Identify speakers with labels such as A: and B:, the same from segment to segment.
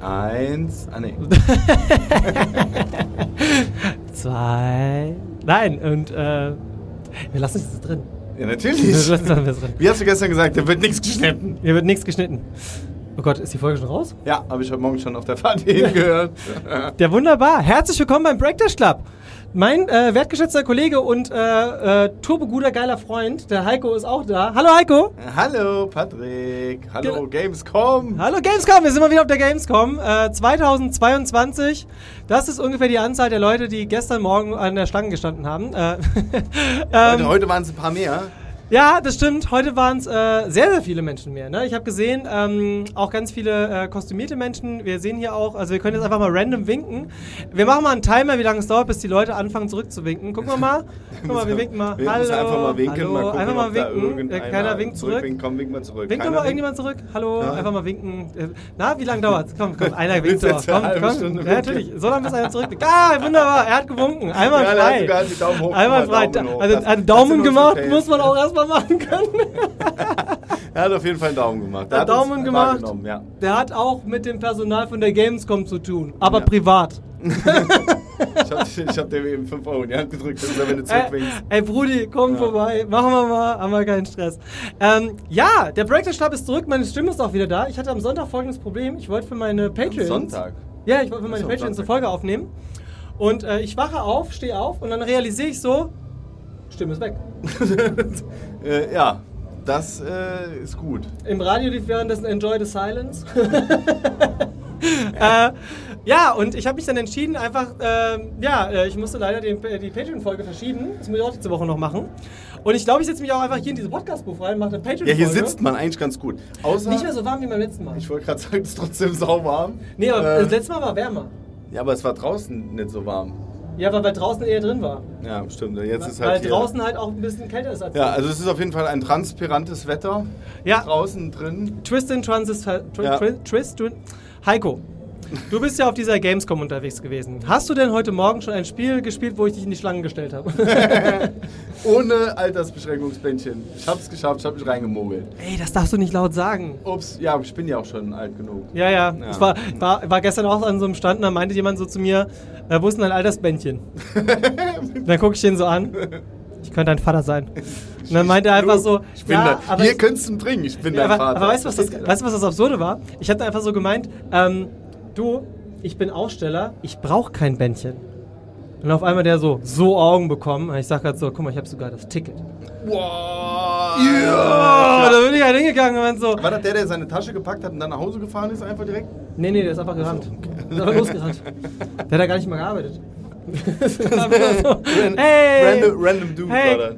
A: Eins. Ah, nee.
B: Zwei. Nein, und äh, wir lassen es drin.
A: Ja,
B: Wir
A: natürlich.
B: lassen es drin.
A: Wie hast du gestern gesagt? Da wird nichts geschnitten.
B: Hier wird nichts geschnitten. Oh Gott, ist die Folge schon raus?
A: Ja, habe ich heute Morgen schon auf der Fahrt hin gehört. Äh,
B: Ja, wunderbar. Herzlich willkommen beim Breakdash Club. Mein äh, wertgeschätzter Kollege und äh, äh, turboguter geiler Freund, der Heiko, ist auch da. Hallo Heiko!
A: Hallo, Patrick. Hallo,
B: Genau.
A: Gamescom.
B: Hallo Gamescom, wir sind mal wieder auf der Gamescom äh, 2022. Das ist ungefähr die Anzahl der Leute, die gestern Morgen an der Schlange gestanden haben. Äh, ähm,
A: Heute, heute waren es ein paar mehr.
B: Ja, das stimmt. Heute waren es äh, sehr, sehr viele Menschen mehr. Ne? Ich habe gesehen, ähm, auch ganz viele äh, kostümierte Menschen. Wir sehen hier auch, also wir können jetzt einfach mal random winken. Wir machen mal einen Timer, wie lange es dauert, bis die Leute anfangen zurückzuwinken. Gucken wir mal. Guck mal, wir winken mal.
A: Wir
B: Hallo.
A: müssen einfach mal winken.
B: Hallo.
A: Mal gucken,
B: einfach mal
A: ob da
B: winken. Äh,
A: irgendeiner
B: Keiner winkt zurück.
A: zurückwinkt. Komm, wink mal zurück.
B: Winkt doch
A: Keiner
B: mal
A: winkt.
B: irgendjemand zurück? Hallo,
A: Ja.
B: einfach mal winken. Äh, Na, wie lange dauert's? Komm, komm, einer
A: Willst
B: winkt
A: du
B: doch.
A: jetzt eine
B: Komm,
A: halbe
B: komm.
A: Stunde
B: Ja,
A: winken?
B: natürlich. So lange bis einer zurückwinkt. Ah, wunderbar. Er hat gewunken. Einmal
A: Ja, der hat
B: frei.
A: sogar die Daumen hoch
B: Einmal frei.
A: gemacht, Oh, Daumen hoch.
B: Also
A: Das-
B: einen
A: das sind
B: Daumen
A: unsere
B: gemacht
A: Fans.
B: muss man auch erstmal machen können.
A: Er hat auf jeden Fall einen Daumen gemacht. Er
B: Der
A: hat uns
B: Daumen gemacht.
A: wahrgenommen, Ja.
B: Der hat auch mit dem Personal von der Gamescom zu tun, aber
A: Ja.
B: privat.
A: Ich habe ich hab dem eben 5 Euro in die Hand gedrückt, dass er, wenn du
B: Ey,
A: zurückwinkst.
B: Äh, ey Brudi, komm vorbei, machen wir mal, haben wir keinen Stress. Ähm, ja, der Breakdown-Stab ist zurück, meine Stimme ist auch wieder da. Ich hatte am Sonntag folgendes Problem, ich wollte für meine Patreons...
A: Sonntag?
B: Ja, ich wollte für meine
A: Ach so,
B: Patreons eine
A: Sonntag.
B: Folge aufnehmen. Und äh, ich wache auf, stehe auf und dann realisiere ich so, Stimme ist weg.
A: Äh, ja, das äh, ist gut.
B: Im Radio lief währenddessen Enjoy the Silence. äh, ja, und ich habe mich dann entschieden, einfach, ähm, ja, äh, ich musste leider den, die Patreon-Folge verschieben. Das muss ich auch diese Woche noch machen. Und ich glaube, ich setze mich auch einfach hier in diese Podcast-Buch rein, mache eine Patreon-Folge.
A: Ja, hier sitzt man eigentlich ganz gut. Außer,
B: Nicht mehr so warm wie beim letzten Mal.
A: ich wollte gerade sagen, es ist trotzdem sauwarm.
B: Nee, aber
A: Äh,
B: das letzte Mal war wärmer.
A: ja, aber es war draußen nicht so warm.
B: Ja, weil bei draußen eher drin war.
A: Ja, stimmt. Jetzt ist
B: weil
A: halt hier.
B: draußen halt auch ein bisschen kälter ist als
A: Ja, also es ist auf jeden Fall ein transpirantes Wetter.
B: Ja.
A: Draußen drin.
B: Twist in Transis. Tr
A: Ja.
B: Tr Twist in Heiko, du bist ja auf dieser Gamescom unterwegs gewesen. Hast du denn heute Morgen schon ein Spiel gespielt, wo ich dich in die Schlangen gestellt habe?
A: Ohne Altersbeschränkungsbändchen. Ich hab's geschafft, ich hab mich reingemogelt.
B: Ey, das darfst du nicht laut sagen.
A: Ups, ja, ich bin ja auch schon alt genug.
B: Ja, ja.
A: Ja.
B: Ich war, war, war gestern auch an so einem Stand und da meinte jemand so zu mir, äh, wo ist denn dein Altersbändchen? Und dann gucke ich den so an. Ich könnte dein Vater sein. Und dann meinte er einfach so,
A: Ich bin
B: ja,
A: da.
B: aber
A: Hier
B: ich-
A: könntest du trinken, ich bin
B: Ja,
A: dein
B: aber,
A: Vater.
B: aber weißt du, was das,
A: geht
B: weißt, du, was das Absurde war? Ich hatte einfach so gemeint, ähm, du, ich bin Aussteller, ich brauche kein Bändchen. Und auf einmal der so, so Augen bekommen. Und ich sag grad so, guck mal, ich habe sogar das Ticket.
A: Wow.
B: Ja. Oh, Da bin ich halt hingegangen und meinte so,
A: War das der, der seine Tasche gepackt hat und dann nach Hause gefahren ist, einfach direkt?
B: nee, nee, der ist einfach gerannt. Der ist einfach losgerannt. Der hat da gar nicht mal gearbeitet. Das ist einfach so, hey!
A: Random, random Dude
B: Hey,
A: war das.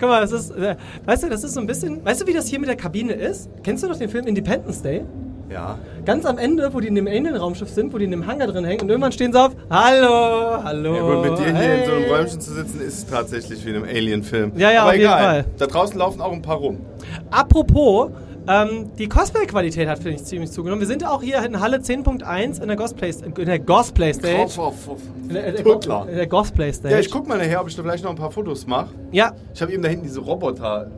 B: guck mal, das ist, äh, weißt du, das ist so ein bisschen, weißt du, wie das hier mit der Kabine ist? Kennst du noch den Film Independence Day?
A: Ja.
B: Ganz am Ende, wo die in dem Alien-Raumschiff sind, wo die in dem Hangar drin hängen und irgendwann stehen sie auf, hallo, hallo.
A: Ja gut, mit dir hier in so einem
B: hey."
A: Räumchen zu sitzen, ist tatsächlich wie in einem Alien-Film.
B: Ja, ja,
A: Aber
B: auf jeden
A: egal.
B: Fall.
A: Da draußen laufen auch ein paar rum.
B: Apropos, ähm, die Cosplay-Qualität hat, finde ich, ziemlich zugenommen. Wir sind auch hier in Halle 10.1 in der Cosplay, in der Cosplay Stage.
A: Auf, auf, auf.
B: In der, in der,
A: Kuttler.
B: in der Cosplay Stage.
A: Ja, ich guck mal nachher, ob ich da vielleicht noch ein paar Fotos mache.
B: Ja,
A: Ich habe eben da hinten diese Roboter.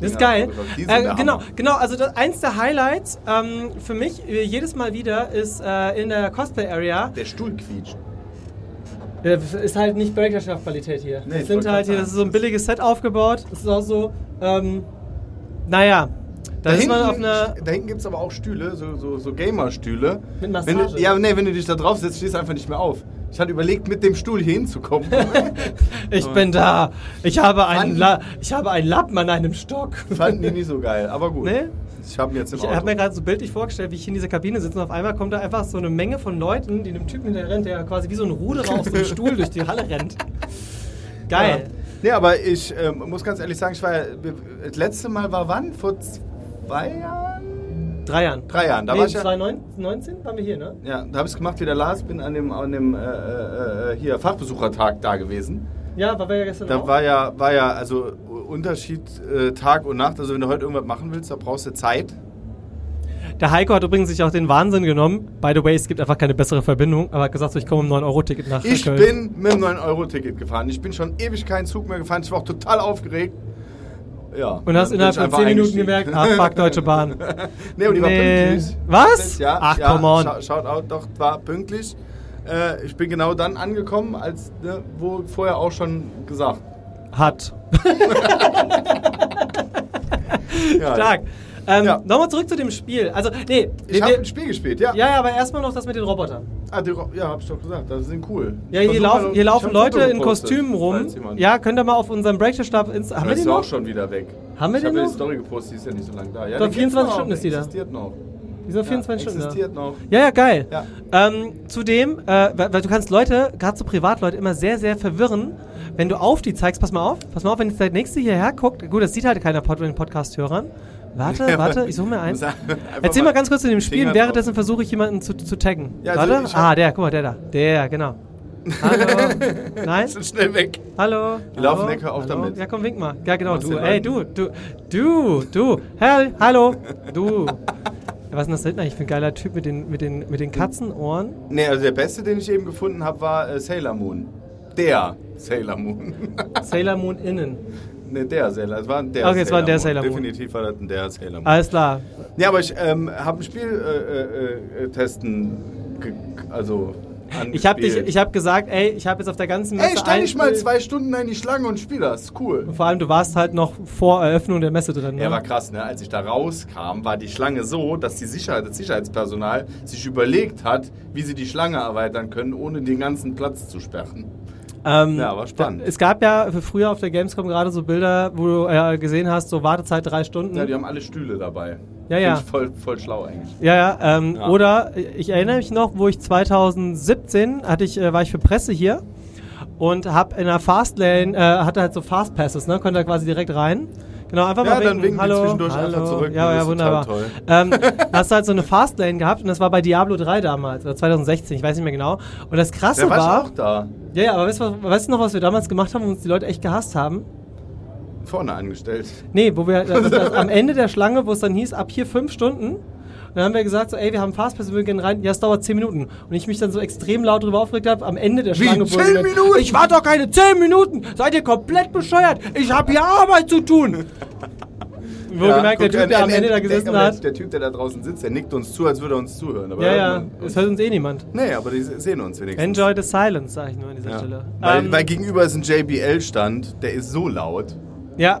B: Das ist
A: Dinger
B: geil.
A: fotografiert. Die sind der
B: Äh, genau,
A: Hammer.
B: genau. Also das, eins der Highlights ähm, für mich äh, jedes Mal wieder ist äh, in der Cosplay Area.
A: Der Stuhl quietscht.
B: Äh, ist halt nicht Breakerschaft-Qualität hier.
A: Nee,
B: das
A: ich
B: sind
A: wollte grad
B: halt hier,
A: sagen,
B: das ist so ein billiges Set aufgebaut. Das ist auch so. Ähm, naja, da, ist man auf einer.
A: da hinten gibt es aber auch Stühle, so, so, so Gamer-Stühle.
B: Mit
A: Wenn
B: Massage.
A: du, ja, nee, wenn du dich da drauf setzt, stehst du einfach nicht mehr auf. Ich hatte überlegt, mit dem Stuhl hier hinzukommen.
B: Ich bin da. Ich habe einen, La ich habe einen Lappen an einem Stock.
A: Fanden die nicht so geil, aber gut.
B: Nee?
A: Ich habe ihn jetzt im
B: Ich
A: Auto.
B: habe mir gerade so bildlich vorgestellt, wie ich hier in dieser Kabine sitze und auf einmal kommt da einfach so eine Menge von Leuten, die einem Typen hinterher rennt, der quasi wie so ein Ruderer auf so einem Stuhl durch die Halle rennt. Geil.
A: Ja. Nee, aber ich ähm, muss ganz ehrlich sagen, ich war ja, das letzte Mal war wann? Vor zwei Jahren?
B: Drei Jahren.
A: Drei Jahren. Da
B: nee,
A: war ich ja,
B: 2019 waren wir hier, ne?
A: ja, da habe ich es gemacht wie der Lars, bin an dem, an dem äh, äh, äh, hier Fachbesuchertag da gewesen.
B: Ja, war wir ja gestern
A: Da
B: auch.
A: war ja, war ja also Unterschied äh, Tag und Nacht. Also wenn du heute irgendwas machen willst, da brauchst du Zeit.
B: Der Heiko hat übrigens sich auch den Wahnsinn genommen. By the way, es gibt einfach keine bessere Verbindung, aber hat gesagt, so, ich komme um 9-Euro-Ticket nach
A: Ich
B: Köln.
A: bin mit einem 9-Euro-Ticket gefahren. Ich bin schon ewig keinen Zug mehr gefahren. Ich war auch total aufgeregt. Ja.
B: Und hast
A: Bin
B: innerhalb
A: ich
B: von
A: einfach
B: 10 Minuten
A: eingestiegen.
B: gemerkt, ah, fuck, Deutsche Bahn.
A: Nee, und die war
B: Nee.
A: pünktlich.
B: Was?
A: Ja,
B: Ach,
A: ja,
B: come on.
A: Shou- Shoutout, doch, war pünktlich. Äh, ich bin genau dann angekommen, als ne, wo vorher auch schon gesagt.
B: Hat.
A: Ja.
B: Stark. Ähm,
A: Ja.
B: Nochmal zurück zu dem Spiel. Also, nee.
A: Ich habe ein Spiel gespielt, ja.
B: ja, ja, aber erstmal noch das mit den Robotern.
A: Ah, die, Ro- ja, hab ich doch gesagt, das sind cool.
B: Ja,
A: Ich
B: hier,
A: versuch mal-
B: laufen, hier
A: ich
B: laufen
A: hab ein Foto
B: Leute in
A: gepostet,
B: Kostümen rum.
A: falls jemand-
B: Ja, könnt ihr mal auf unserem Breakthrough-Stab... Insta- Haben
A: Das
B: wir den
A: ist auch
B: noch?
A: schon wieder weg.
B: Haben wir
A: ich
B: den
A: habe
B: noch?
A: die Story gepostet, die ist ja nicht so lange da. Ja,
B: Doch,
A: die gibt's
B: 24
A: noch,
B: Stunden ist die da.
A: Existiert noch.
B: Die sind auf 24
A: ja,
B: Stunden da.
A: Existiert noch.
B: Ja, ja, geil.
A: Ja.
B: Ähm, zudem, äh, weil weil du kannst Leute, gerade so Privatleute, immer sehr, sehr verwirren, wenn du auf die zeigst. Pass mal auf, pass mal auf, wenn jetzt der Nächste hierher guckt. Gut, das sieht halt keiner Pod von den Podcast-Hörern. Warte, warte, ich suche mir einen.
A: Muss einfach
B: Erzähl mal ganz kurz zu dem Spiel.
A: Finger
B: Währenddessen versuche ich jemanden zu, zu taggen.
A: Ja, also
B: warte.
A: ich hab-
B: ah, der, guck mal, der da. Der, genau. Hallo. Nein?
A: Sind schnell weg.
B: Hallo.
A: Die laufen
B: Hallo?
A: lecker auf
B: Hallo?
A: damit.
B: Ja, komm, wink mal. Ja, genau.
A: Mach's
B: Du,
A: den
B: ey, du,
A: Leuten.
B: du, du, du. Hell, hallo. Du. Ja, Was ist denn das denn eigentlich für ein geiler Typ mit den, mit den, mit den Katzenohren?
A: Nee, also der beste, den ich eben gefunden habe, war äh, Sailor Moon. Der Sailor Moon.
B: Sailor Moon innen.
A: ne, der Sailor. Es war ein der
B: Okay, es war ein der Sailor Moon. Ah.
A: Definitiv war das ein der Sailor Moon.
B: Alles klar.
A: Ja, aber ich ähm, habe ein Spiel äh, äh, äh, testen, ge also
B: Ich habe dich,
A: angespielt.
B: ich habe gesagt, ey, ich habe jetzt auf der ganzen Messe
A: Ey, stell dich mal
B: ein-
A: zwei Stunden in die Schlange und spiel das. Cool.
B: Vor allem, du warst halt noch vor Eröffnung der Messe drin. Ne?
A: Ja, war krass, ne? Als ich da rauskam, war die Schlange so, dass die Sicherheit, das Sicherheitspersonal sich überlegt hat, wie sie die Schlange erweitern können, ohne den ganzen Platz zu sperren.
B: Ähm,
A: Ja, war spannend.
B: Es gab ja für früher auf der Gamescom gerade so Bilder, wo du äh, gesehen hast, so Wartezeit drei Stunden.
A: Ja, die haben alle Stühle dabei.
B: Hm? Ja, ja.
A: Find ich voll, voll schlau eigentlich.
B: Ja, ja, ähm,
A: Ja.
B: Oder ich erinnere mich noch, wo ich 2017 hatte ich, äh, war ich für Presse hier und hab in der Fastlane, äh, hatte halt so Fastpasses, ne? Konnte da quasi direkt rein. Genau, einfach
A: Ja,
B: mal
A: dann winken die
B: Hallo,
A: zwischendurch
B: hallo.
A: einfach zurück.
B: Ja,
A: Das
B: ja,
A: ist
B: wunderbar.
A: total toll.
B: Ähm, hast halt so eine Fastlane gehabt und das war bei Diablo 3 damals, oder 2016, ich weiß nicht mehr genau. Und das Krasse
A: Da war
B: war,
A: ich auch da.
B: ja, ja, aber weißt du was- weißt du noch, was wir damals gemacht haben, wo uns die Leute echt gehasst haben?
A: Vorne angestellt.
B: Nee, wo wir das ist das, am Ende der Schlange, wo es dann hieß, ab hier fünf Stunden. Und dann haben wir gesagt, so, ey, wir haben Fastpass, wir würden gerne rein. Ja, es dauert zehn Minuten. Und ich mich dann so extrem laut drüber aufgeregt habe, am Ende der
A: Wie,
B: Schlange. wurde
A: zehn
B: gesagt,
A: Minuten?
B: Ich war doch keine zehn Minuten. Seid ihr komplett bescheuert? Ich habe hier Arbeit zu tun. Wo gemerkt, der
A: guck,
B: Typ,
A: äh,
B: der am
A: äh,
B: Ende da
A: äh,
B: gesessen
A: aber
B: hat.
A: Der Typ, der da draußen sitzt, der nickt uns zu, als würde er uns zuhören. Aber
B: Ja,
A: hört
B: ja,
A: man uns-
B: es hört uns eh niemand.
A: Nee, aber die sehen uns wenigstens.
B: Enjoy the silence, sage ich nur an dieser
A: ja.
B: Stelle.
A: Weil,
B: Ähm,
A: weil gegenüber ist ein JBL-Stand, der ist so laut.
B: ja,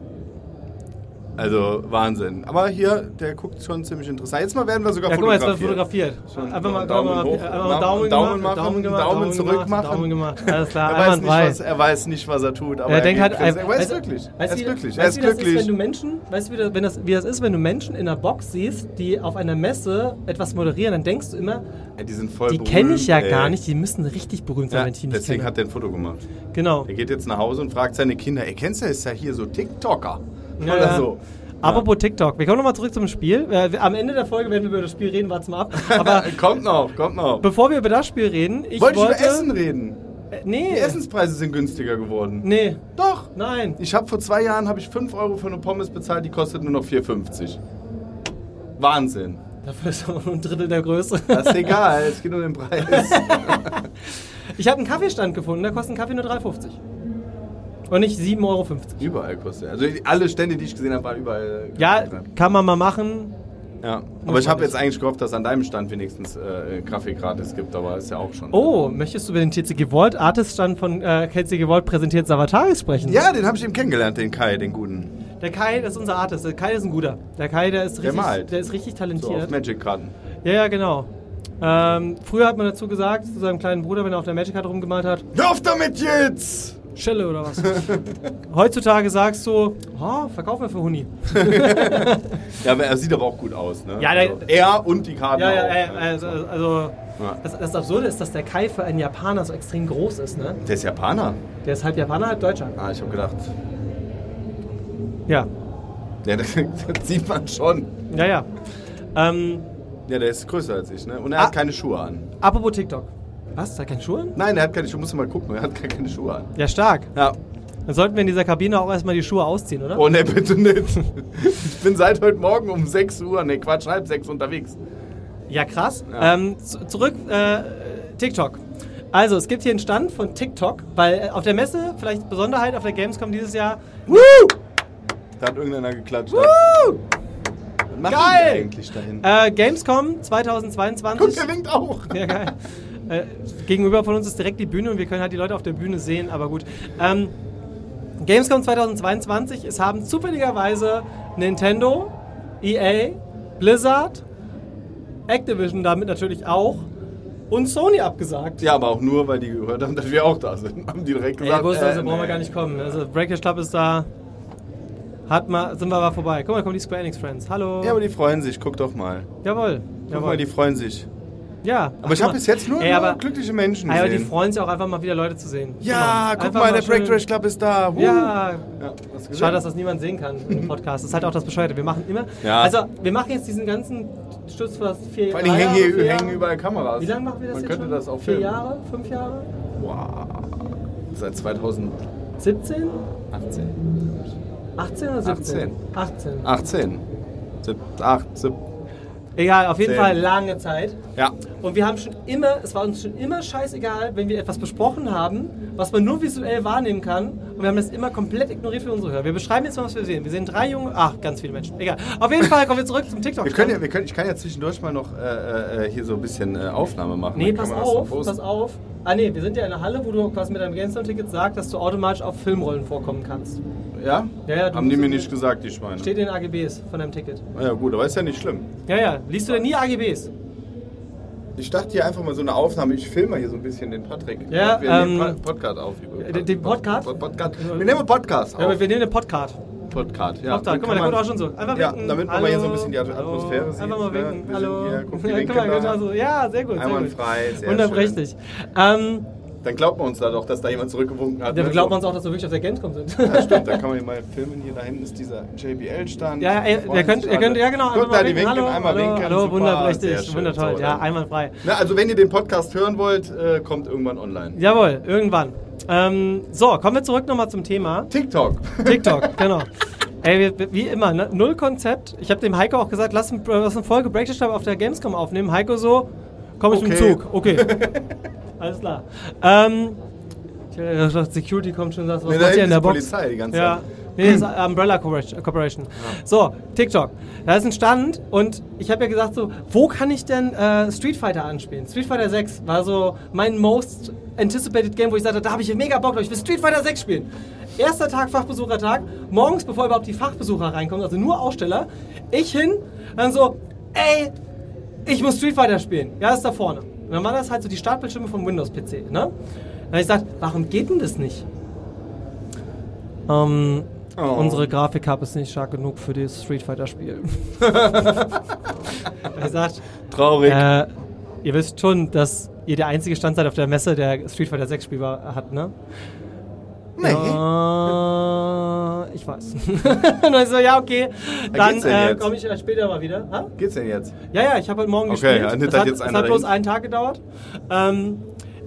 A: Also Wahnsinn. Aber hier, der guckt schon ziemlich interessant. Jetzt mal werden wir sogar
B: Ja, guck mal, jetzt wird
A: fotografiert.
B: fotografiert.
A: Schon
B: Einfach mal
A: Daumen
B: Daumen,
A: hoch.
B: einmal
A: Daumen
B: Daumen,
A: machen,
B: gemacht, Daumen gemacht,
A: Daumen
B: Daumen
A: zurück
B: gemacht,
A: machen.
B: Daumen gemacht. Alles klar,
A: er,
B: einmal
A: weiß nicht,
B: drei.
A: was, er weiß nicht, was er tut. Aber
B: Er
A: er,
B: denkt halt,
A: geht trotzdem- er weiß
B: weißt-
A: glücklich. Er
B: weißt du,
A: ist
B: wie-
A: glücklich. Er
B: Weißt
A: ist
B: du, wie das ist, wenn du
A: glücklich.
B: Menschen, weißt du, wie das, wenn das, wie das ist, wenn du Menschen in einer Box siehst, die auf einer Messe etwas moderieren, dann denkst du immer,
A: Ey, Die sind voll
B: die kenne ich ja
A: berühmt,
B: gar
A: ey.
B: nicht, die müssen richtig berühmt sein,
A: Ja,
B: wenn ich die nicht
A: deswegen
B: kenne.
A: hat er ein Foto gemacht.
B: genau.
A: Er geht jetzt nach Hause und fragt seine Kinder, ey, kennst du, ist ja hier so TikToker.
B: Ja,
A: Oder
B: ja.
A: so.
B: Apropos TikTok, wir kommen nochmal zurück zum Spiel. Äh, wir- Am Ende der Folge werden wir über das Spiel reden, warte mal ab. Aber
A: kommt noch, kommt noch.
B: bevor wir über das Spiel reden, ich
A: Wollte ich über
B: wollte...
A: Essen reden?
B: Äh, Nee,
A: Die Essenspreise sind günstiger geworden.
B: nee,
A: Doch.
B: nein.
A: Ich habe vor zwei Jahren habe ich 5 Euro für eine Pommes bezahlt, die kostet nur noch 4,50. Wahnsinn.
B: Dafür ist auch nur ein Drittel der Größe.
A: Das ist egal, es geht um den Preis.
B: Ich habe einen Kaffeestand gefunden, da kostet ein Kaffee nur 3,50. Und nicht 7,50 Euro.
A: überall kostet er. Also alle Stände, die ich gesehen habe, waren überall. äh,
B: Ja,
A: dran.
B: kann man mal machen.
A: ja. Aber
B: Muss
A: ich
B: man
A: habe
B: nicht.
A: jetzt eigentlich gehofft, dass an deinem Stand wenigstens äh, Kaffee gratis gibt, aber ist ja auch schon.
B: Oh, möchtest du über den TCG Vault Artist-Stand von äh, TCG Vault präsentiert Savataris sprechen?
A: Ja, den habe ich eben kennengelernt, den Kai, den guten.
B: Der Kai, das ist unser Artist. Der Kai ist ein guter. Der Kai, der ist
A: Der
B: richtig, der,
A: malt.
B: ist
A: So
B: richtig
A: auf
B: talentiert.
A: Magic-Karten.
B: ja, ja, genau. Ähm, früher hat man dazu gesagt, zu seinem kleinen Bruder, wenn er auf der Magic Card rumgemalt hat,
A: Hör auf damit jetzt!
B: Schelle oder was. Heutzutage sagst du, oh, verkauf mir für Huni.
A: Ja, aber er sieht aber auch gut aus, ne?
B: Ja, der-
A: also, er und die Karten
B: Ja, ja,
A: auch. ne?
B: äh, also, also
A: Ja.
B: Das, das Absurde ist, dass der Kai für einen Japaner so extrem groß ist, ne?
A: Der ist Japaner.
B: Der ist halb Japaner, halb Deutscher.
A: Ah, ich habe gedacht,
B: Ja,
A: ja, das, das sieht man schon.
B: ja, ja. Ähm,
A: Ja, der ist größer als ich, ne? Und er
B: Ah.
A: hat keine Schuhe an.
B: apropos TikTok. Was? Da kein Schuh an?
A: Nein, er hat keine Schuhe, musst du mal gucken, er hat gar keine Schuhe an.
B: Ja, stark.
A: Ja.
B: Dann sollten wir in dieser Kabine auch erstmal die Schuhe ausziehen, oder?
A: Oh ne, bitte nicht. Ich bin seit heute Morgen um 6 Uhr, ne Quatsch, halb 6 unterwegs.
B: Ja, krass.
A: Ja.
B: Ähm, z- zurück, äh, TikTok. Also, es gibt hier einen Stand von TikTok, weil äh, auf der Messe, vielleicht Besonderheit auf der Gamescom dieses Jahr,
A: Woo! Da hat irgendeiner geklatscht. Woo! Was machen
B: Geil!
A: die eigentlich dahin?
B: Äh, Gamescom 2022.
A: Guck, der winkt auch.
B: Ja, geil. Äh, gegenüber von uns ist direkt die Bühne und wir können halt die Leute auf der Bühne sehen, aber gut. Ähm, Gamescom 2022, es haben zufälligerweise Nintendo, EA, Blizzard, Activision damit natürlich auch und Sony abgesagt.
A: Ja, aber auch nur, weil die gehört haben, dass wir auch da sind. Haben die direkt
B: Ey,
A: gesagt, äh,
B: wo ist das? Da brauchen wir
A: nee.
B: gar nicht kommen. Also Breakage Club ist da. Hat mal, sind wir aber vorbei. Guck mal, kommen die Square Enix Friends. Hallo.
A: Ja, aber die freuen sich. Guck doch mal.
B: jawohl.
A: Guck
B: jawohl.
A: mal, die freuen sich.
B: ja.
A: Aber ich habe bis jetzt nur,
B: Ey,
A: nur
B: aber-
A: glückliche Menschen
B: Aber die
A: gesehen.
B: freuen sich auch einfach mal wieder Leute zu sehen.
A: ja,
B: Genau.
A: guck
B: Einfach
A: mal, der
B: schön-
A: Breaktrash Club ist da. Woo.
B: Ja.
A: Ja, hast du gesehen?
B: Schade, dass das niemand sehen kann im Podcast. Das ist halt auch das Bescheuerte. Wir machen immer.
A: Ja.
B: Also, wir machen jetzt diesen ganzen Stütz fast vier
A: Vor allem
B: drei
A: hängen,
B: Jahre,
A: hier,
B: vier
A: hängen
B: Jahre.
A: überall Kameras.
B: Wie lange machen wir das
A: Man
B: jetzt?
A: könnte
B: schon?
A: das auch
B: Vier
A: filmen.
B: Jahre? Fünf Jahre?
A: Seit 2018.
B: 17? 18 oder 17? 18.
A: 18. Sieb, acht, sieb.
B: Egal, auf jeden
A: Zehn.
B: Fall lange Zeit.
A: Ja.
B: Und wir haben schon immer, es war uns schon immer scheißegal, wenn wir etwas besprochen haben, was man nur visuell wahrnehmen kann. Und wir haben das immer komplett ignoriert für unsere Hörer. Wir beschreiben jetzt mal, was wir sehen. Wir sehen drei junge, ach, ganz viele Menschen. Egal. Auf jeden Fall kommen wir zurück zum TikTok.
A: Wir können ja, wir können, ich kann ja zwischendurch mal noch äh, äh, hier so ein bisschen äh, Aufnahme machen.
B: Nee,
A: Dann
B: pass
A: kann man das
B: auf,
A: noch posten.
B: pass auf. Ah nee, wir sind ja in einer Halle, wo du quasi mit deinem GameStop-Ticket sagst, dass du automatisch auf Filmrollen vorkommen kannst.
A: Ja?
B: Ja, ja, du
A: Haben die
B: musst-
A: mir nicht gesagt, die Schweine.
B: Steht in den AGBs von deinem Ticket.
A: ja gut, aber ist ja nicht schlimm.
B: Ja, ja. Liest du denn nie AGBs?
A: Ich dachte hier einfach mal so eine Aufnahme. Ich filme hier so ein bisschen den Patrick.
B: Ja,
A: wir nehmen
B: ähm,
A: Pod- Podcast auf. Über
B: äh, den- den Podcast?
A: Pod- Podcast. Wir nehmen Podcast auf.
B: Ja, aber wir nehmen den Podcast.
A: Podcast, ja.
B: Ja, da,
A: Dann
B: guck mal,
A: kann
B: der
A: man-
B: kommt auch schon so. Einfach
A: Ja,
B: winken.
A: damit man mal hier so ein bisschen die Atmosphäre
B: Hallo.
A: sieht,
B: Einfach mal
A: ne?
B: winken.
A: Wir
B: Hallo.
A: sind hier, guck, die
B: Ja,
A: winken
B: guck mal,
A: da.
B: genau so. Ja, sehr gut.
A: Einwandfrei,
B: sehr gut.
A: sehr
B: Wunderprächtig. Ähm,
A: Dann glaubt man uns da doch, dass da jemand zurückgewunken hat.
B: da
A: ne?
B: glaubt
A: So.
B: man es auch, dass wir wirklich auf der Gamescom sind.
A: Ja, stimmt, da kann man hier mal filmen. Hier da hinten ist dieser JBL-Stand.
B: Ja, ey, ihr könnt, ihr könnt, ja genau,
A: Guckt
B: mal
A: da, die winken,
B: hallo,
A: einmal
B: hallo,
A: winken.
B: hallo,
A: super, sehr
B: wunderprächtig,
A: schön.
B: wundertoll,
A: So,
B: ja,
A: dann-
B: einwandfrei.
A: Na, also wenn ihr den Podcast hören wollt, äh, kommt irgendwann online.
B: Jawohl, irgendwann. Ähm, so, kommen wir zurück nochmal zum Thema.
A: TikTok.
B: TikTok, genau. Ey, wir- wie immer, ne? null Konzept. Ich habe dem Heiko auch gesagt, lass, ein- äh, lass eine Folge Breakfast auf der Gamescom aufnehmen. Heiko so, komm ich mit
A: Okay.
B: dem Zug. Okay. Alles klar. Ähm, ich hab gedacht, Security kommt schon und sagt, was
A: Nee, da
B: macht ihr
A: hinten
B: in der
A: ist
B: Box?
A: Polizei die ganze
B: ja.
A: Zeit.
B: Nee, das ist Umbrella Corporation. Corporation. So, TikTok. Da ist ein Stand und ich habe ja gesagt so, wo kann ich denn äh, Street Fighter anspielen? Street Fighter 6 war so mein most anticipated Game, wo ich sagte, da habe ich mega Bock drauf, ich will Street Fighter 6 spielen. Erster Tag, Fachbesuchertag, morgens, bevor überhaupt die Fachbesucher reinkommen, also nur Aussteller, ich hin, dann so, ey, ich muss Street Fighter spielen. Ja, ist da vorne. Und dann war das halt so die Startbildschirme vom Windows-PC, ne? Dann hab ich gesagt, warum geht denn das nicht? Ähm,
A: Oh.
B: Unsere Grafikkarte ist nicht stark genug für das Street Fighter-Spiel. er sagt,
A: Traurig.
B: äh, ihr wisst schon, dass ihr der einzige Stand seid auf der Messe, der Street Fighter 6 Spiel war- hat, ne?
A: nee.
B: Ja, ich weiß. Und ich so, ja, okay. Dann
A: geht's denn
B: äh,
A: jetzt?
B: komme ich äh, später mal wieder. Ha?
A: Geht's denn jetzt?
B: Ja, ja, ich habe heute Morgen
A: Okay, ja,
B: gespielt.
A: nimmt
B: es
A: halt
B: hat,
A: jetzt
B: es
A: einer
B: hat bloß
A: dahin.
B: einen Tag gedauert. Ähm,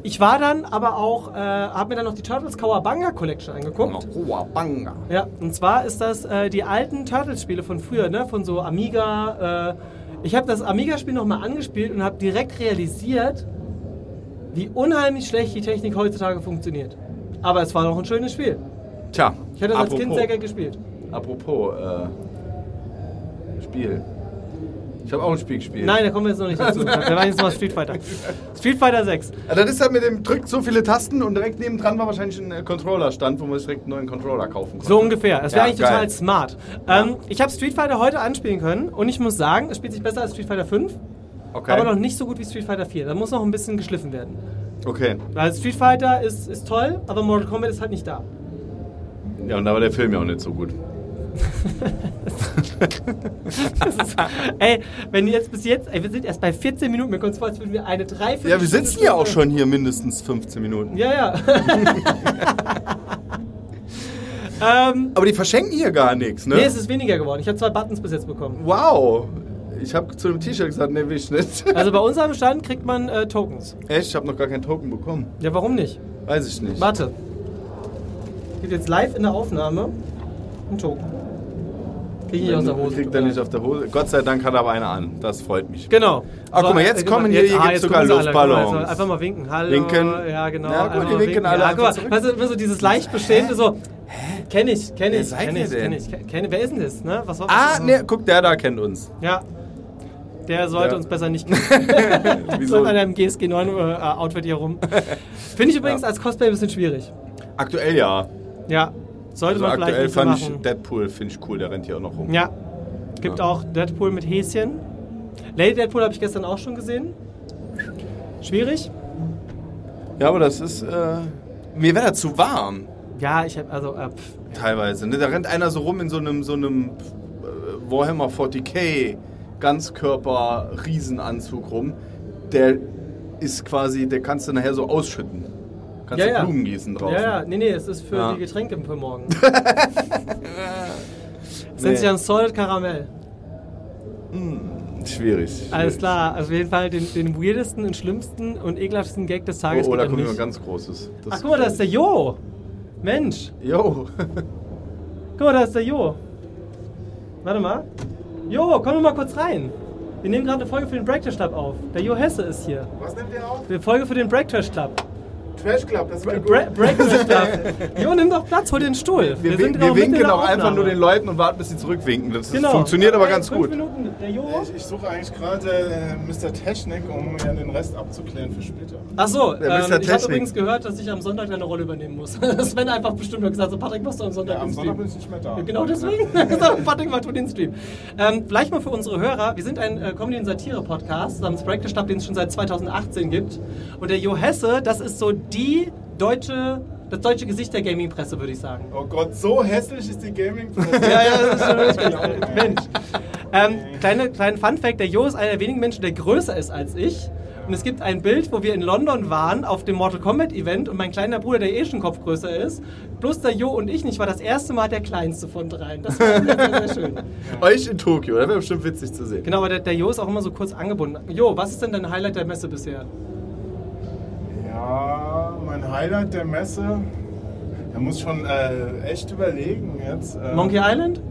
B: ich war dann aber auch, äh, habe mir dann noch die Turtles Kawabanga Collection angeguckt.
A: Roa Banga.
B: Ja, und zwar ist das äh, die alten Turtles-Spiele von früher, ne? von so Amiga. Äh, ich habe das Amiga-Spiel nochmal angespielt und habe direkt realisiert, wie unheimlich schlecht die Technik heutzutage funktioniert. Aber es war noch ein schönes Spiel.
A: Tja.
B: Ich hätte das als Kind
A: apropos.
B: sehr gerne gespielt.
A: Apropos äh, Spiel. Ich habe auch ein Spiel gespielt.
B: Nein, da kommen wir jetzt noch nicht dazu. Da war jetzt mal Street Fighter. Street Fighter 6.
A: Ja, das ist ja mit dem drückt so viele Tasten und direkt nebendran war wahrscheinlich ein äh, Controllerstand, wo man sich direkt einen neuen Controller kaufen konnte.
B: So ungefähr. Das wäre
A: Ja,
B: eigentlich
A: geil.
B: total smart. Ähm, ich habe Street Fighter heute anspielen können und ich muss sagen, es spielt sich besser als Street Fighter 5,
A: Okay.
B: aber noch nicht so gut wie Street Fighter 4. Da muss noch ein bisschen geschliffen werden.
A: Okay.
B: Weil Street Fighter ist, ist toll, aber Mortal Kombat ist halt nicht da.
A: Ja, und da war der Film ja auch nicht so gut.
B: Das ist, ey, wenn die jetzt bis jetzt, ey, wir sind erst bei 14 Minuten, mir kommt vor, als würden wir eine Dreiviertel.
A: Ja, wir sitzen ja auch schon hier mindestens 15 Minuten.
B: Ja, ja. ähm,
A: Aber die verschenken hier gar nichts, ne?
B: nee, es ist weniger geworden. Ich habe zwei Buttons bis jetzt bekommen.
A: wow. Ich habe zu dem T-Shirt gesagt, ne, will ich nicht.
B: Also bei unserem Stand kriegt man äh, Tokens.
A: Echt, ich habe noch gar keinen Token bekommen.
B: Ja, warum nicht?
A: Weiß ich nicht.
B: Warte. Gibt jetzt live in der Aufnahme einen Token. Krieg ich nicht aus der Hose.
A: Kriegt er nicht auf der Hose. Gott sei Dank hat er aber einer an. Das freut mich.
B: Genau.
A: Ah, guck mal, jetzt
B: äh, guck mal,
A: kommen hier- hier
B: ah,
A: gibt's sogar
B: gucken sie alle. Guck mal,
A: Luftballons.
B: jetzt Einfach mal winken. Hallo.
A: Winken.
B: Ja, genau.
A: Ja, gut,
B: Einfach
A: die
B: mal
A: winken alle
B: Ja, guck
A: einfach
B: mal,
A: zurück.
B: weißt du, immer so dieses leicht bestehende so, Kenn ich, kenn
A: Wer
B: ich.
A: seid
B: kenn
A: ihr
B: ich,
A: denn?
B: kenn ich, kenn kenn- Wer ist denn das? Ne? Was war was
A: Ah,
B: war-
A: ne, guck, der da kennt uns.
B: Ja. Der sollte
A: Ja.
B: uns besser nicht kennen.
A: Wieso?
B: Läuft an einem GSG 9 äh, Outfit hier rum. Finde ich übrigens als Cosplay ein bisschen schwierig.
A: Aktuell ja.
B: Ja. Sollte
A: Also
B: man vielleicht
A: aktuell
B: nicht so
A: fand
B: machen.
A: ich Deadpool, finde ich cool, der rennt hier auch noch rum.
B: Ja. Gibt
A: Ja.
B: auch Deadpool mit Häschen. Lady Deadpool habe ich gestern auch schon gesehen. Schwierig.
A: Ja, aber das ist. Äh, mir wäre da zu warm.
B: Ja, ich habe also äh, pff.
A: Teilweise. Ne? Da rennt einer so rum in so einem, so einem äh, Warhammer 40k Ganzkörper-Riesenanzug rum. Der ist quasi, der kannst du nachher so ausschütten. Kannst
B: Ja,
A: du
B: ja.
A: Blumen gießen draußen.
B: Ja, ja, nee, nee, es ist für
A: Ja.
B: die Getränke für morgen. Es nennt sich dann Solid Karamell.
A: Schwierig.
B: Alles
A: schwierig.
B: klar, also auf jeden Fall den, den weirdesten und schlimmsten und ekelhaftesten Gag des Tages.
A: Oh, oh
B: geht
A: da
B: an
A: kommt
B: mich.
A: jemand ganz Großes. Das
B: Ach, guck mal, da ist der Jo. Mensch,
A: Jo.
B: guck mal, da ist der Jo. Warte mal. Jo, komm doch mal kurz rein. Wir nehmen gerade eine Folge für den Breakfast Club auf. Der Jo Hesse ist hier.
C: Was nimmt ihr auf?
B: Eine Folge für den Breakfast Club.
C: Trash Club, das wäre
B: Bre Breakfast Club. Jo, nimm doch Platz, hol dir einen Stuhl.
A: Wir,
B: sind
A: win-
B: genau
A: wir
B: mitten in
A: winken
B: der
A: auch einfach
B: Aufnahme.
A: nur den Leuten und warten, bis sie zurückwinken. Das ist,
B: Genau.
A: funktioniert aber
B: Okay,
A: ganz
B: fünf
A: gut.
B: Minuten. Der Jo.
C: Ich, ich suche eigentlich gerade äh, Mr. Technik, um mir den Rest abzuklären für später.
B: Ach so, ähm,
A: Der Mr.
B: ich habe
A: Technik.
B: übrigens gehört, dass ich am Sonntag deine Rolle übernehmen muss. Sven einfach bestimmt hat gesagt, so Patrick, machst du am Sonntag
C: Ja, am
B: den
C: Sonntag bin
B: Stream.
C: ich nicht mehr da.
B: Ja, Genau deswegen. So, Patrick, mach du den Stream. Ähm, vielleicht mal für unsere Hörer, wir sind ein äh, Comedy- und Satire-Podcast namens Break the Stab, den es schon seit 2018 gibt. Und der Jo Hesse, das ist so die deutsche, das deutsche Gesicht der Gaming-Presse, würde ich sagen.
C: Oh Gott, so hässlich ist die gaming
B: Ja, ja, das ist schon wirklich ganz alt. Mensch. Ähm, kleine, kleinen Fun-Fact: Der Jo ist einer der wenigen Menschen, der größer ist als ich. Und es gibt ein Bild, wo wir in London waren, auf dem Mortal Kombat Event und mein kleiner Bruder, der eh schon Kopf größer ist, plus der Jo und ich nicht, war das erste Mal der kleinste von dreien. Das war sehr, sehr, sehr schön.
A: Euch in Tokio, das wäre bestimmt witzig zu sehen.
B: Genau, aber der, der Jo ist auch immer so kurz angebunden. Jo, was ist denn dein Highlight der Messe bisher?
C: Ja, mein Highlight der Messe. Da muss ich schon äh, echt überlegen jetzt. äh,
B: Monkey Island?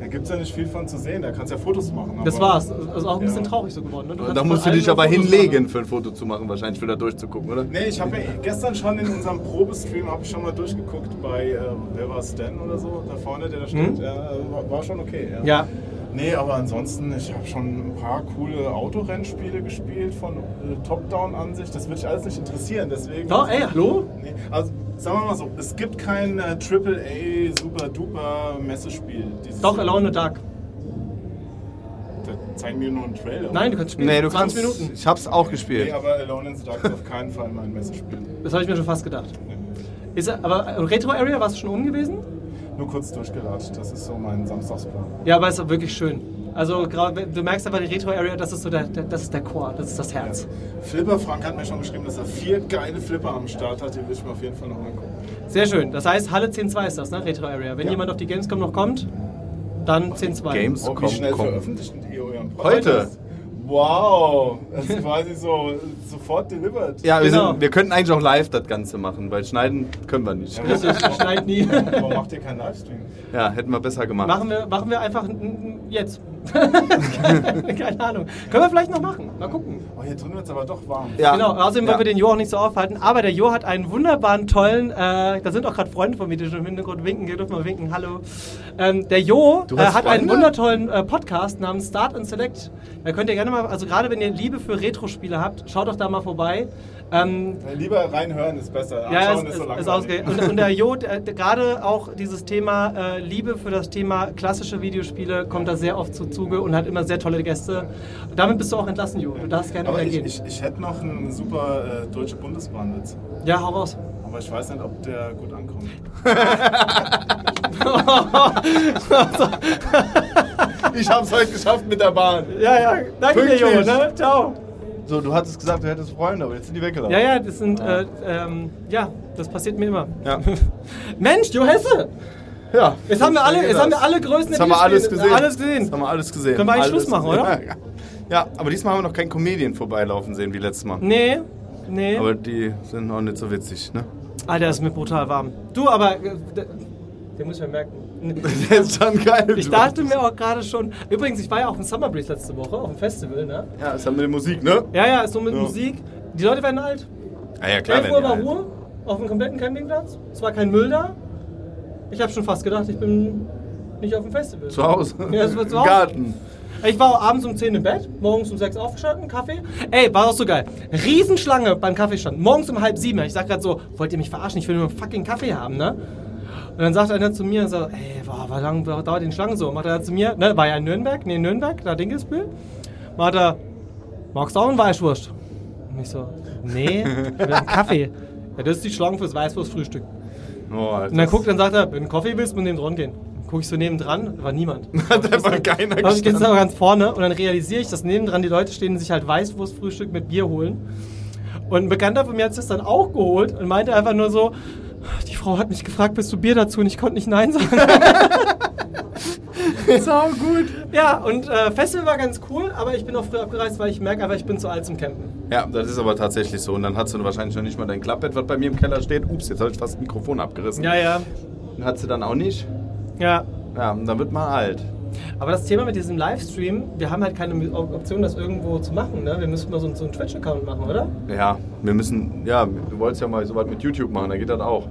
C: Da gibt es ja nicht viel von zu sehen, da kannst du ja Fotos machen.
B: Das
C: aber-
B: war's. Also auch ein bisschen
C: Ja.
B: traurig so geworden. Ne? kannst
A: Da
B: von
A: musst du
B: allen
A: dich
B: nur
A: aber
B: Fotos
A: hinlegen,
B: machen.
A: für ein Foto zu machen, wahrscheinlich, für da durchzugucken, oder?
C: Nee, ich habe mir gestern schon in unserem Probestream habe ich schon mal durchgeguckt bei äh, wer war Stan oder so da vorne, der da steht.
B: Hm?
C: Ja, war, war schon okay. Ja.
B: Ja.
C: Nee, aber ansonsten, ich habe schon ein paar coole Autorennspiele gespielt von äh, Top-Down-Ansicht. Das würde ich alles nicht interessieren, deswegen.
B: Doch, ey, hallo?
C: Nee, also sagen wir mal so, es gibt kein äh, AAA Super Duper Messespiel. Dieses
B: Doch,
C: Jahr.
B: Alone in the Dark.
C: Da zeigen wir nur einen Trailer.
B: Nein, du kannst spielen. 20 Minuten.
A: Ich hab's auch
C: Nee,
A: gespielt.
C: aber Alone in the Dark ist auf keinen Fall mein Messespiel.
B: Das habe ich mir schon fast gedacht.
C: Nee.
B: Ist, er- aber äh, Retro Area warst du schon um gewesen?
C: Nur kurz durchgelatscht, das ist so mein Samstagsplan.
B: Ja, aber ist auch wirklich schön. Also gerade- du merkst einfach die Retro Area, das ist so der, der, das ist der Core, das ist das Herz.
C: Also, Flipper Frank hat mir schon geschrieben, dass er vier geile Flipper am Start hat. Die will ich mir auf jeden Fall noch angucken.
B: Sehr schön. Das heißt, Halle 10.2 ist das, ne? Retro Area. Wenn
C: Ja.
B: jemand auf die Gamescom noch kommt, dann 10.2.
A: Games-
C: Oh, wie
A: Komm,
C: schnell
A: komm.
C: veröffentlichen E ihr euren
A: Heute.
C: Wow, das ist quasi so sofort delivered.
A: Ja, wir,
B: Genau.
A: sind, wir könnten eigentlich auch live das Ganze machen, weil schneiden können wir nicht.
C: Ja.
B: Richtig, ich schneid nie.
C: Warum macht ihr keinen Livestream?
A: Ja, hätten wir besser gemacht.
B: machen, wir, machen wir einfach n- n- jetzt. Keine Ahnung. Können wir vielleicht noch machen. Mal gucken.
C: Oh, hier drin wird es aber doch warm.
A: Ja.
B: Genau, außerdem wollen
A: Ja.
B: wir den Jo auch nicht so aufhalten, aber der Jo hat einen wunderbaren, tollen, äh, da sind auch gerade Freunde von mir, die schon im Hintergrund winken, ihr dürft mal winken, hallo. Ähm, der Jo
A: Du
B: äh,
A: hast
B: hat einen
A: Freunde?
B: wundertollen äh, Podcast namens Start and Select. Da könnt ihr gerne mal, also gerade wenn ihr Liebe für Retro-Spiele habt, schaut doch da mal vorbei. Ähm,
C: Lieber reinhören ist besser.
B: ja, es,
C: Anschauen
B: es,
C: ist so
B: ist
C: langweilig.
B: ausge also, und, und der Jo, der- der- gerade auch dieses Thema äh, Liebe für das Thema klassische Videospiele kommt da sehr oft zu Zuge und hat immer sehr tolle Gäste. Damit bist du auch entlassen, Jo. Du darfst gerne
C: aber
B: wieder
C: ich,
B: gehen.
C: ich, ich hätte noch einen super äh, deutsche Bundesbahnwitz.
B: Ja, hau raus.
C: Aber ich weiß nicht, ob der gut ankommt.
A: Ich hab's heute geschafft mit der Bahn.
B: Ja, ja, danke dir, Jo,
A: Pünktlich.
B: ne? Ciao.
A: So, du hattest gesagt, du hättest Freunde, aber jetzt sind die weggelaufen.
B: Ja, ja, das sind, äh, ähm, ja, das passiert mir immer.
A: Ja.
B: Mensch, Jo Hesse!
A: Ja.
B: Jetzt haben wir alle- jetzt
A: das.
B: haben wir alle Größen
A: Jetzt
B: der
A: haben wir alles
B: Videospiele-
A: gesehen.
B: alles gesehen.
A: Jetzt haben wir alles gesehen.
B: Können wir eigentlich
A: alles
B: Schluss machen, oder?
A: Ja, ja. ja, aber diesmal haben wir noch keinen Comedian vorbeilaufen sehen wie letztes Mal.
B: Nee, nee.
A: Aber die sind auch nicht so witzig, ne?
B: Alter, ist mir brutal warm. Du, aber, äh, der, den muss ich mir merken.
A: Der ist schon geil.
B: Ich dachte mir auch gerade schon, übrigens, ich war ja auch im Summer Breeze letzte Woche, auf dem Festival, ne?
A: Ja, das hat mit der Musik, ne?
B: Ja, ja, ist so mit
A: Ja.
B: Musik. Die Leute werden alt.
A: Ja, ja, klar.
B: 11
A: wenn
B: Uhr
A: die halt
B: war
A: alt-
B: Ruhe auf dem kompletten Campingplatz. Es war kein Müll da. Ich habe schon fast gedacht, ich bin nicht auf dem Festival.
A: Zu Hause.
B: Ja, das war zu
A: Im
B: Hause.
A: Garten.
B: Ich war abends um 10 im Bett, morgens um 6 aufgestanden, Kaffee. Ey, war auch so geil. Riesenschlange beim Kaffeestand. Morgens um halb sieben. Ich sag grad so, wollt ihr mich verarschen? Ich will nur einen fucking Kaffee haben, ne? Und dann sagt einer zu mir, so, ey, boah, wie lange dauert die Schlange so? Und Macht er zu mir, ne, war ja in Nürnberg, ne, in Nürnberg, da Dinkelsbühl. Macht er, magst du auch einen Weißwurst? Und ich so, nee, ich will einen Kaffee. Ja, das ist die Schlange fürs Weißwurstfrühstück.
A: Oh, Alter.
B: Und dann guckt, dann sagt er, wenn du einen Kaffee willst, musst du neben dran gehen. Dann guck ich so neben dran, war niemand.
A: Hat einfach keiner
B: Und Also ich gehe jetzt aber
A: gestanden.
B: ganz vorne und dann realisiere ich, dass nebendran die Leute stehen und sich halt Weißwurstfrühstück mit Bier holen. Und ein Bekannter von mir hat sich das dann auch geholt und meinte einfach nur so, die Frau hat mich gefragt, bist du Bier dazu? Und ich konnte nicht Nein sagen.
A: Sau gut.
B: ja, und äh, Festival war ganz cool, aber ich bin auch früh abgereist, weil ich merke einfach, ich bin zu alt zum Campen.
A: Ja, das ist aber tatsächlich so. Und dann hast du wahrscheinlich noch nicht mal dein Klappbett, was bei mir im Keller steht. Ups, jetzt habe ich fast das Mikrofon abgerissen.
B: ja.
A: Hat sie dann auch nicht.
B: Ja.
A: Ja, und dann wird man alt.
B: Aber das Thema mit diesem Livestream, wir haben halt keine O- Option, das irgendwo zu machen, ne? Wir müssen mal so, so einen Twitch-Account machen, oder?
A: Ja, wir müssen, ja, du wolltest ja mal so weit mit YouTube machen, da geht das auch.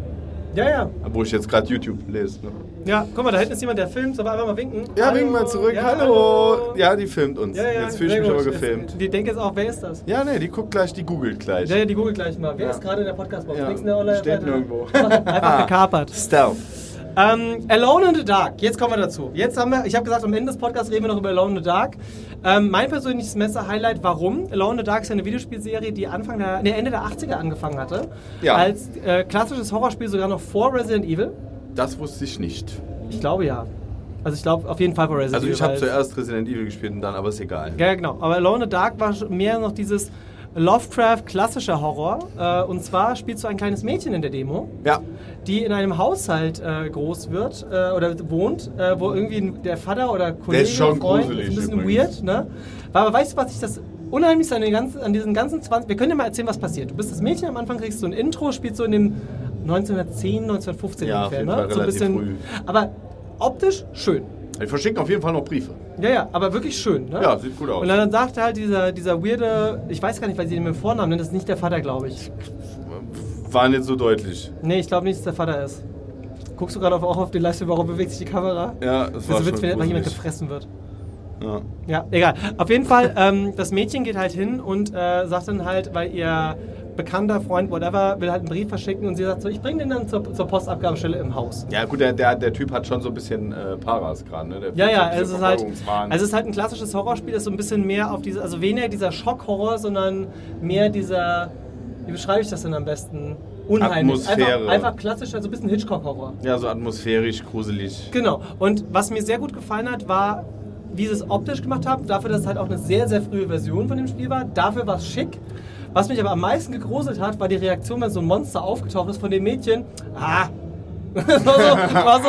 B: Ja, ja.
A: Wo ich jetzt gerade YouTube lese. Ne?
B: Ja, guck mal, da hinten ist jemand, der filmt, soll man einfach mal winken?
A: Ja,
B: Hallo.
A: wink mal zurück.
B: Ja,
A: hallo. Ja, die filmt uns.
B: Ja, ja,
A: jetzt fühle ich
B: sehr
A: mich
B: gut.
A: aber gefilmt.
B: Es- Die denken jetzt auch, wer ist das?
A: Ja, nee, die guckt gleich, die googelt gleich.
B: Ja, ja, die googeln gleich mal. Wer
A: Ja.
B: ist gerade in der Podcast-Box?
A: Ja,
B: Nix in der online
A: steht nirgendwo. Ah.
B: Einfach gekapert.
A: Stealth.
B: Ähm, Alone in the Dark. Jetzt kommen wir dazu. Jetzt haben wir, ich habe gesagt, am Ende des Podcasts reden wir noch über Alone in the Dark. Ähm, mein persönliches Messer-Highlight, warum? Alone in the Dark ist ja eine Videospielserie, die Anfang der, nee, Ende der 80er angefangen hatte.
A: Ja.
B: Als äh, klassisches Horrorspiel sogar noch vor Resident Evil.
A: Das wusste ich nicht.
B: Ich glaube ja. Also ich glaube auf jeden Fall vor Resident
A: Also
B: Evil.
A: ich habe
B: weil-
A: zuerst Resident Evil gespielt und dann, aber ist egal.
B: Ja, ja, genau. Aber Alone in the Dark war sch- mehr noch dieses Lovecraft-klassischer Horror. Äh, und zwar spielst du ein kleines Mädchen in der Demo,
A: Ja,
B: die in einem Haushalt äh, groß wird äh, oder wohnt, äh, wo irgendwie ein- der Vater oder Kollege,
A: schon
B: Freund,
A: gruselig
B: ist ein bisschen
A: übrigens.
B: weird, ne? Aber weißt du, was ich das unheimlichste an, den ganzen, an diesen ganzen 20... Wir können dir mal erzählen, was passiert. Du bist das Mädchen, am Anfang kriegst du ein Intro, spielst so in dem 1910, 1915
A: Ja, auf
B: ungefähr,
A: jeden
B: ne?
A: Fall
B: so ein
A: relativ
B: bisschen,
A: früh.
B: Aber optisch schön.
A: wir verschicken auf jeden Fall noch Briefe.
B: Ja, ja, aber wirklich schön, ne?
A: Ja, sieht gut aus.
B: Und dann sagt halt dieser, dieser weirde, ich weiß gar nicht, weil sie ihn mit dem Vornamen nennt, das ist nicht der Vater, glaube ich.
A: War nicht so deutlich.
B: Nee, ich glaube nicht, dass der Vater ist. Guckst du gerade auf, auch auf den Livestream, warum bewegt sich die Kamera?
A: Ja, das
B: Das
A: war
B: ist so witzig, wenn
A: schon
B: einfach jemand
A: gruselig.
B: gefressen wird.
A: Ja.
B: Ja, egal. Auf jeden Fall, ähm, das Mädchen geht halt hin und äh, sagt dann halt, weil ihr bekannter Freund, whatever, will halt einen Brief verschicken und sie sagt so, ich bringe den dann zur, zur Postabgabestelle im Haus.
A: ja gut, der, der, der Typ hat schon so ein bisschen äh, Paras gerade. Ne? Der
B: Ja,
A: fühlt
B: ja,
A: so ein
B: es
A: bisschen
B: ist halt,
A: Verfolgungswahn.
B: also es ist halt ein klassisches Horrorspiel, das so ein bisschen mehr auf diese, also weniger dieser Schockhorror, sondern mehr dieser, wie beschreibe ich das denn am besten? Unheimlich. Einfach,
A: Atmosphäre.
B: einfach klassisch, also ein bisschen Hitchcock-Horror.
A: ja, so atmosphärisch, gruselig.
B: Genau. Und was mir sehr gut gefallen hat, war, wie sie es optisch gemacht haben, dafür, dass es halt auch eine sehr, sehr frühe Version von dem Spiel war. Dafür war es schick. Was mich aber am meisten gegruselt hat, war die Reaktion, wenn so ein Monster aufgetaucht ist von dem Mädchen. Ah! Das war so, war so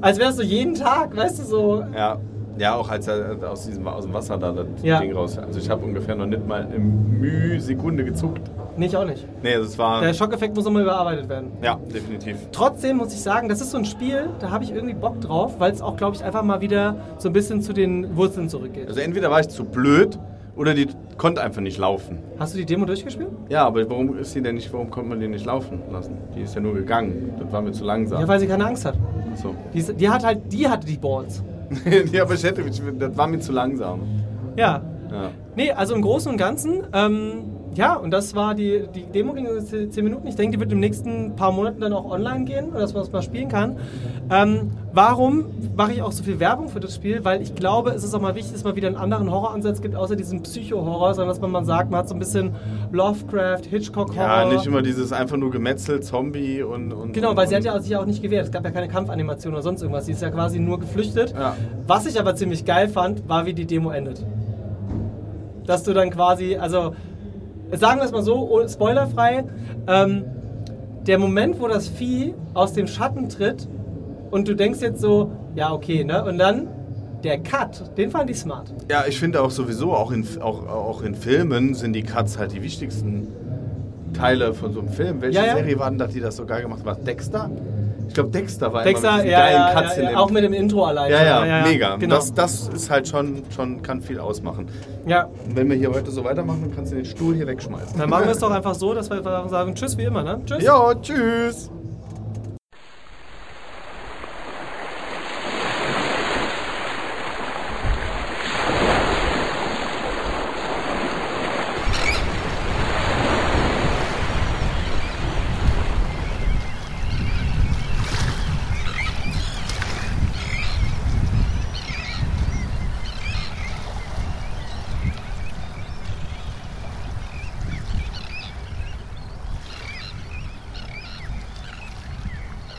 B: als wäre es so jeden Tag, weißt du, so
A: Ja, ja auch als er aus, diesem, aus dem Wasser da das
B: Ja.
A: Ding raus. Also ich habe ungefähr noch nicht mal im Müh Sekunde gezuckt.
B: Nee, ich auch nicht.
A: Nee, das war.
B: Der Schockeffekt muss nochmal überarbeitet werden.
A: ja, definitiv.
B: Trotzdem muss ich sagen, das ist so ein Spiel, da habe ich irgendwie Bock drauf, weil es auch, glaube ich, einfach mal wieder so ein bisschen zu den Wurzeln zurückgeht.
A: Also entweder war ich zu blöd oder die konnte einfach nicht laufen.
B: Hast du die Demo durchgespielt?
A: Ja, aber warum ist sie denn nicht, warum konnte man die nicht laufen lassen? Die ist ja nur gegangen. Das war mir zu langsam.
B: Ja, weil sie keine Angst hat.
A: Ach so.
B: Die, ist, die hat halt, die hatte die Balls.
A: ja, aber ich hätte, mich- das war mir zu langsam.
B: Ja.
A: Ja.
B: Nee, also im Großen und Ganzen, ähm, ja, und das war die, die Demo ging so 10 Minuten. Ich denke, die wird im nächsten paar Monaten dann auch online gehen, dass man das mal spielen kann. Ähm, warum mache ich auch so viel Werbung für das Spiel? Weil ich glaube, es ist auch mal wichtig, dass man wieder einen anderen Horroransatz gibt, außer diesen Psycho-Horror, sondern dass man mal sagt, man hat so ein bisschen Lovecraft, Hitchcock-Horror.
A: Ja, nicht immer dieses einfach nur Gemetzel, Zombie und. und
B: Genau,
A: und,
B: weil sie hat
A: und-
B: ja sich ja auch nicht gewehrt. Es gab ja keine Kampfanimation oder sonst irgendwas. Sie ist ja quasi nur geflüchtet.
A: Ja.
B: Was ich aber ziemlich geil fand, war, wie die Demo endet. Dass du dann quasi, also sagen wir es mal so, oh- spoilerfrei, ähm, der Moment, wo das Vieh aus dem Schatten tritt und du denkst jetzt so, ja, okay, ne? Und dann der Cut, den fand ich smart.
A: Ja, ich finde auch sowieso, auch in, auch, auch in Filmen sind die Cuts halt die wichtigsten Teile von so einem Film. Welche
B: Ja, ja.
A: Serie war denn das, die das so geil gemacht hat? War es Dexter? Ich glaube, Dexter war immer
B: Dexter,
A: mit diesen
B: ja,
A: geilen
B: ja,
A: Cuts
B: ja,
A: in
B: ja,
A: dem.
B: auch mit dem Intro allein.
A: ja,
B: schon.
A: ja, mega.
B: Genau.
A: Das, das ist halt schon, schon, kann viel ausmachen.
B: ja.
A: Und wenn wir hier heute so weitermachen, dann kannst du den Stuhl hier wegschmeißen.
B: Dann machen wir es doch einfach so, dass wir sagen, tschüss wie immer, ne? Tschüss.
A: Ja, tschüss.